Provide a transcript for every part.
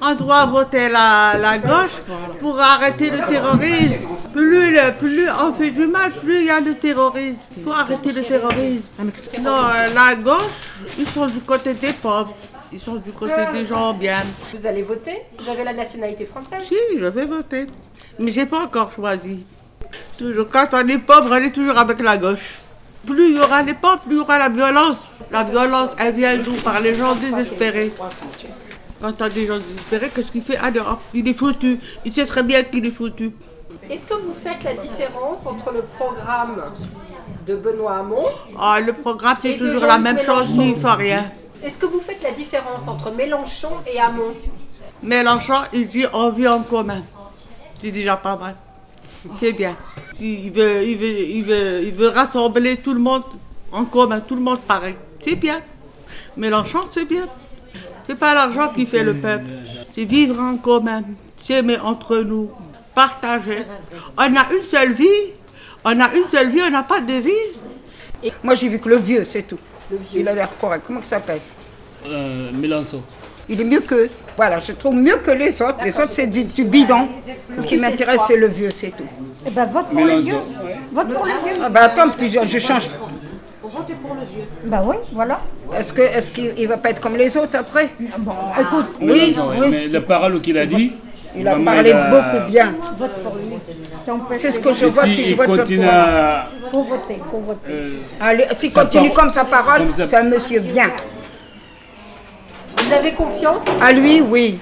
on doit voter la, la gauche pour arrêter le terrorisme. Plus, le- plus on fait du mal, plus il y a de terrorisme. Il faut arrêter le terrorisme. Non, euh, la gauche, ils sont du côté des pauvres. Ils sont du côté des gens bien. Vous allez voter Vous avez la nationalité française Si, je vais voter. Mais j'ai pas encore choisi. Toujours, quand on est pauvre, on est toujours avec la gauche. Plus il y aura les pauvres, plus il y aura la violence. La violence, elle vient d'où Par les gens désespérés. Quand on des gens désespérés, qu'est-ce qu'il fait en Europe Il est foutu. Il sait très bien qu'il est foutu. Est-ce que vous faites la différence entre le programme de Benoît Hamon Ah, le programme, c'est Et de toujours la Jean-Luc même chose, Mélenchon. ni il fait rien. Est-ce que vous faites la différence entre Mélenchon et Hamon Mélenchon, il dit on vit en commun. C'est déjà pas mal. C'est bien. Il veut, il, veut, il, veut, il veut rassembler tout le monde en commun, tout le monde pareil. C'est bien. Mélenchon, c'est bien. C'est pas l'argent qui fait le peuple. C'est vivre en commun, s'aimer entre nous, partager. On a une seule vie. On a une seule vie, on n'a pas de vie. Moi, j'ai vu que le vieux, c'est tout. Il a l'air correct. Comment il s'appelle Euh, Mélenchon. Il est mieux que. Voilà, je trouve mieux que les autres. Les autres, c'est du, du bidon. Ce qui m'intéresse, c'est le vieux, c'est tout. Eh ben, vote pour le vieux. Vote pour le vieux. Ah bah attends, petit, je, je change. Ben oui, voilà. Est-ce que est-ce qu'il il va pas être comme les autres après Ah Ah, Bon, écoute, Mélenchon, ouais, Mais la parole qu'il a dit. Il a vraiment, parlé il a- beaucoup bien. vote pour lui. Donc, C'est ce que je Et vois. si Si je il vois que continue à- Faut voter, faut voter. Euh, Allez, s'il Ça continue parle- comme sa parole, comme ça- c'est un monsieur bien. Vous avez confiance À lui, oui.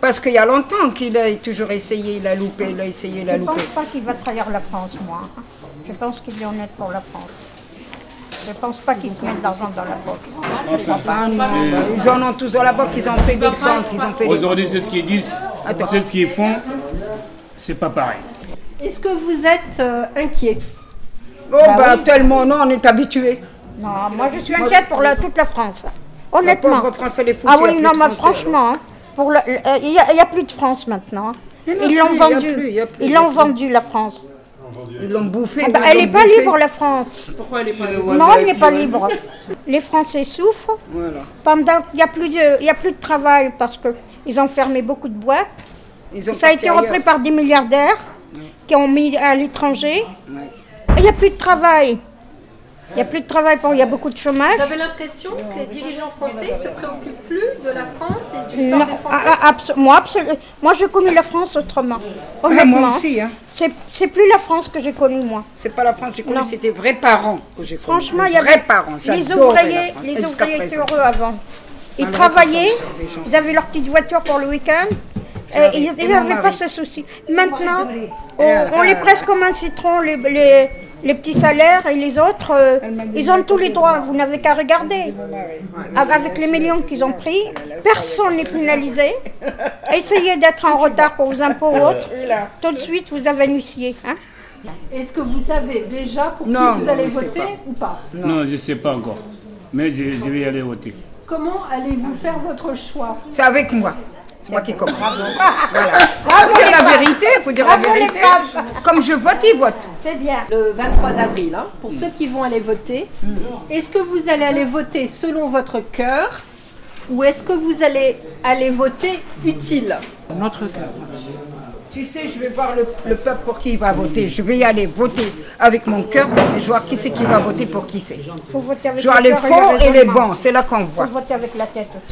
Parce qu'il y a longtemps qu'il a toujours essayé, il a loupé, il a essayé, il Je a ne pense loupé. pas qu'il va trahir la France, moi. hein. Je pense qu'il est honnête pour la France. Je ne pense pas qu'il se mette de l'argent dans la poche. Ah non, ils en ont tous dans la banque, ils ont payé des banques, ils ont payé des Aujourd'hui, c'est ce qu'ils disent, Attends. c'est ce qu'ils font, c'est pas pareil. Est-ce que vous êtes euh, inquiet Oh bah, tellement, non, on est habitué. Non, moi je suis inquiète pour la- toute la France. La Honnêtement. pauvre France, elle est foutue, Ah elle oui, est non, plus mais française. franchement, hein, pour le- le- euh, il n'y a, il y a plus de France maintenant. hein. Il y en a Ils l'ont plus, il y a plus, il vendue. y a plus, il Ils y a l'ont plus. vendue, la France. Ils l'ont bouffé. Ah bah, ils elle l'ont n'est pas bouffé. libre, la France. Pourquoi elle est pas Non, elle n'est pas libre. Les Français souffrent. Voilà. Pendant qu'il n'y a, plus de- il y a plus de travail parce qu'ils ont fermé beaucoup de boîtes. Ils ont Ça a parti été ailleurs. repris par des milliardaires qui ont mis à l'étranger. Et Il n'y a plus de travail. Il n'y a plus de travail, pour... il y a beaucoup de chômage. Vous avez l'impression que les dirigeants français se préoccupent plus de la France et du Non, sort des Français ah, ah, abso- moi, absolu- moi, j'ai connu la France autrement. Ah, Honnêtement, moi aussi, hein. c'est, c'est plus la France que j'ai connue, moi. C'est pas la France, j'ai connu, Non. c'était vrais parents que j'ai connus. Franchement, il y vrais avait parents. les j'adorais la ouvriers, France, les jusqu'à ouvriers étaient présent. heureux avant. Ils Alors, travaillaient, ça, c'est des gens. ils avaient leur petite voiture pour le week-end. J'arrive. Et ils- Et ils mon n'avaient pas mari. ce souci. Maintenant, on, Euh, on les euh, presse comme un citron, les, les- les petits salaires et les autres, euh, ils ont tous les droits. Vous n'avez qu'à regarder. Av- Avec les millions qu'ils ont pris, personne n'est pénalisé. Essayez d'être en retard pour vos impôts Euh, ou autres. Tout de suite, vous avez un huissier. hein. Est-ce que vous savez déjà pour Non, qui vous allez je sais voter ou pas Non, je sais pas encore. Mais je, je vais aller voter. Comment allez-vous faire votre choix C'est avec moi. C'est moi qui commande. voilà. faut dire la vérité, faut dire Bravo, la les vérité. femmes. Comme je vote, ils votent. C'est bien. Le 23 avril, hein, Mm. pour ceux qui vont aller voter, est-ce que vous allez aller voter selon votre cœur ou est-ce que vous allez aller voter utile Tu sais, je vais voir le, le peuple pour qui il va voter. Je vais y aller voter avec mon cœur et je vois qui c'est qui va voter pour qui c'est. Faut voter avec Je vois le les cœur faux et les raisonnement. bons, c'est là qu'on Faut voit. voter avec la tête aussi.